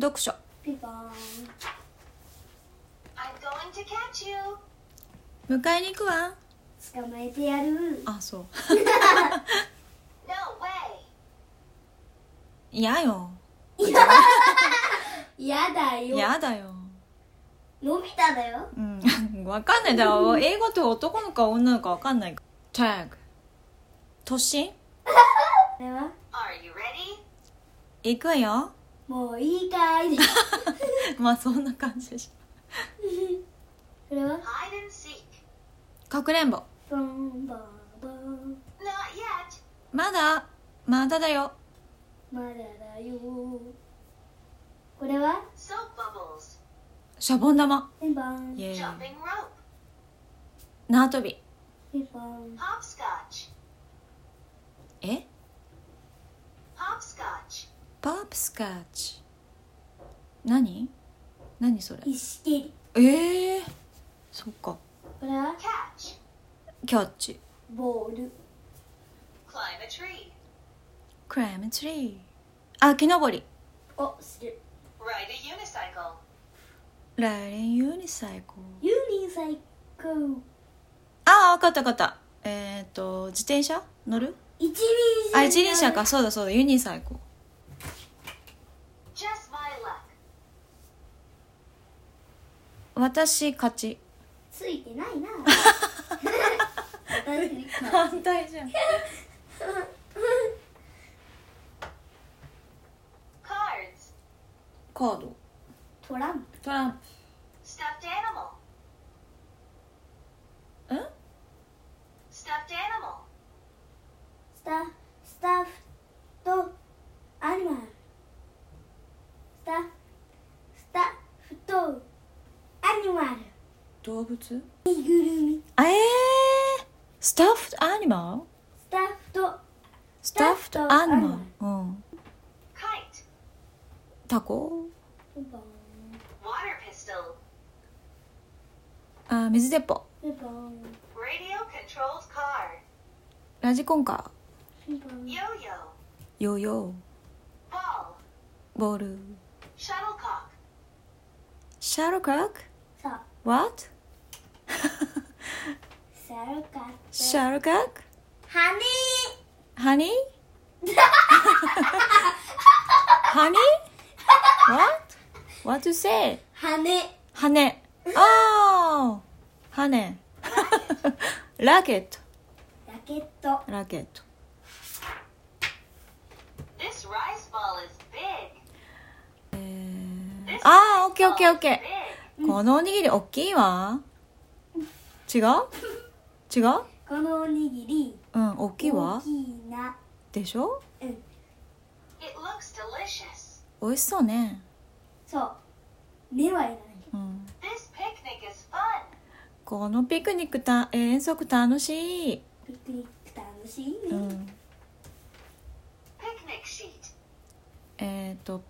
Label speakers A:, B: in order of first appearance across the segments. A: 読書
B: ピンポーン
C: I'm going to catch you.
A: 迎えに行くわ
B: 捕まえてやる
A: あそう
C: No way.
A: 嫌よ
B: やだよ
A: 嫌だよ
B: のび太だよ
A: うん わかんないだから英語って男の子か女の子かわかんないからタグ突進
B: これは
C: Are you ready?
A: 行くわ よ
B: もういいかい
A: まあそんな感じでし
B: これは
C: Hide and seek.
A: ょかくれんぼ
B: ボンボンボン
C: Not yet.
A: まだまだだよ
B: まだだよこれは
C: Soap bubbles.
A: シャボン玉
B: ピンポン
A: イエーイ
C: Jumping rope.
A: 縄跳び
B: ピンポン
C: Hopscotch.
A: え
C: Hopscotch.
A: パープスカッチ何何それ
B: 石蹴り
A: ええー、そっか
B: これは
C: Catch.
A: キャッチ
B: ボール
C: Climb a tree.
A: クライムツリーあ木登り
B: をする
C: Ride a unicycle.
A: ライデンユニサイコ
B: ユニサイコー
A: ああ分かった分かったえっ、ー、と自転車乗る
B: 一輪車
A: あ一輪車かそうだそうだユニサイコ
C: Just my luck.
A: 私勝ち
B: ついてないな私に
A: 反対じゃん
C: Cards.
A: カード
B: トランプ
A: トラン
C: Stuffed animal.
A: プん
C: Stuffed animal.
B: スタスタッフとアニマルスタスタッフとアニマル
A: 動物
B: ぬいぐるみ
A: ええー、スタッフアニマル
B: スタッフと
A: スタッフとアニマルうん
C: Kite.
A: タコ
B: ピンポン
C: Water pistol.
A: あ水鉄砲
B: ピンポン
C: Radio controlled car.
A: ラジコンカ
B: ピンポン
C: Yo yo.
A: ーヨーヨ
C: Ball.
A: ーボール
C: Shuttlecock.
A: シャロクラック
B: さ
A: What?
B: サルカッ
A: シャロクラック
B: ハニー
A: Honey? Honey? What? What to say?
B: ハネ
A: 羽 Oh! 羽ラケット
B: ラケット
A: ラケット
C: This rice ball is big. This
A: ああ OKOKOK、オッ
C: ball is
A: ケーオッケーオッケー
C: big.
A: このおにぎりおっきいわ違う違う
B: このおにぎり
A: うんおっきい
B: 大
A: わ
B: きいな
A: でしょ
B: うん
C: It looks delicious.
A: 美味しそうね
B: そう目はいらない
A: うん
C: This picnic is fun.
A: このピクニックた遠足楽しい、
B: ピクニック楽しいね、
A: うん、
C: Picnic sheet.
A: えっ、と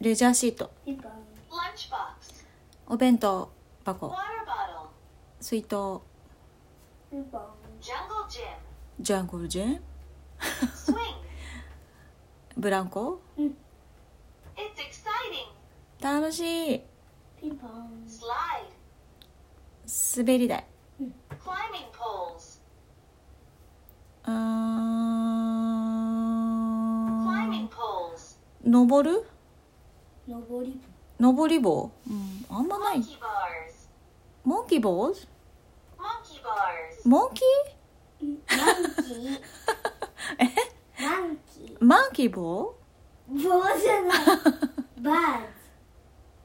A: レジャーシート
B: ピンポン
C: Lunchbox.
A: お弁当箱
C: Water bottle.
A: 水筒
B: ピンポン
C: Jungle gym.
A: ジャングルジェン
C: Swing.
A: ブランコ
C: It's exciting.
A: 楽しい
B: ピンポン
C: Slide.
A: 滑り台
C: Climbing poles.
A: うーん
C: Climbing
A: Oh.
C: poles.
A: 登る
B: 登り
A: 登り棒、うん、あんまない
C: Monkey bars.
A: モンキーボーズ
C: Monkey bars.
A: モンキ
B: マンキー マンキ
A: ーマンキー ボ
B: ー棒じゃないバー
A: ー
B: ズ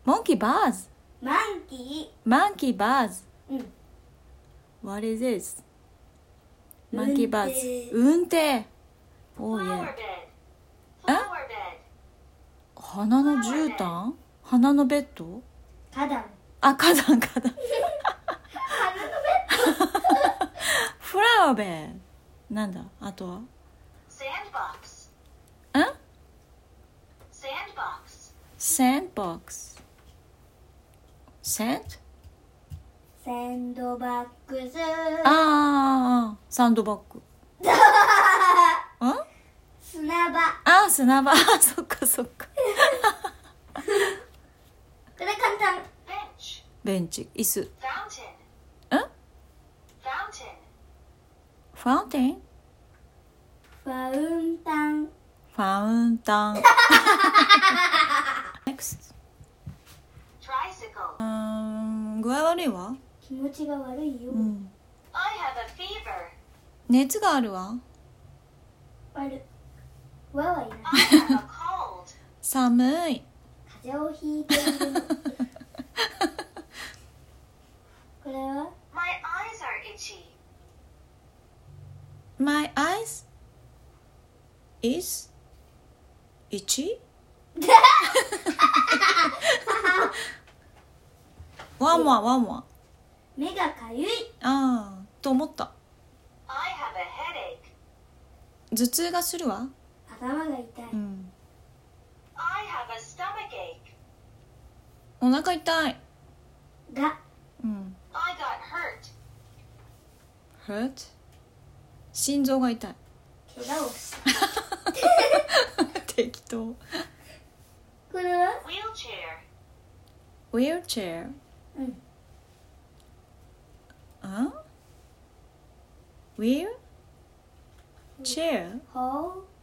A: モンキーバーズ
B: マンキ
A: マンキーバーズ
B: ーうん
A: What is this? マンキーバーズ
B: 運
A: 運転 Oh
C: Flower
A: yeah
C: bed.
A: Huh?
C: Flower bed.
A: 花の絨毯花のベッド
B: 花壇
A: あ花壇花壇
B: 花のベ
A: フラワーベッドなんだあとは
C: Sandbox.
A: ん
C: Sandbox.
A: センボックスセント
B: サンドバッグス
A: ああサンドバッグん
B: 砂場
A: あー砂場あーそっかそっか ベンチ椅子ん
C: Fountain. Fountain.
A: ファウンテン
B: ファウンタン
A: ファウンタン NEXT
C: Tricycle.
A: うーん具合悪いわ
B: 気持ちが悪いよ、
A: うん、
C: I have a fever.
A: 熱があるわ
B: 悪わはいない
C: I have a cold.
A: 寒い
B: 風邪をひいているのこれは
C: My eyes are itchy.
A: My eyes is itchy? one more, one more.
B: 目がかゆい
A: ああ、と思った。
C: I have a headache.
A: 頭痛がするわ。
B: 頭が痛い
A: うん。
C: I have a stomach ache.
A: お腹痛い。
B: が
A: うん。
C: I got hurt.
A: hurt? 心臓が痛い。
B: 怪我をした
A: 適当。
B: これは
C: Wheelchair.
A: wheelchair?
B: うん
A: あ wheel? chair?
B: ほう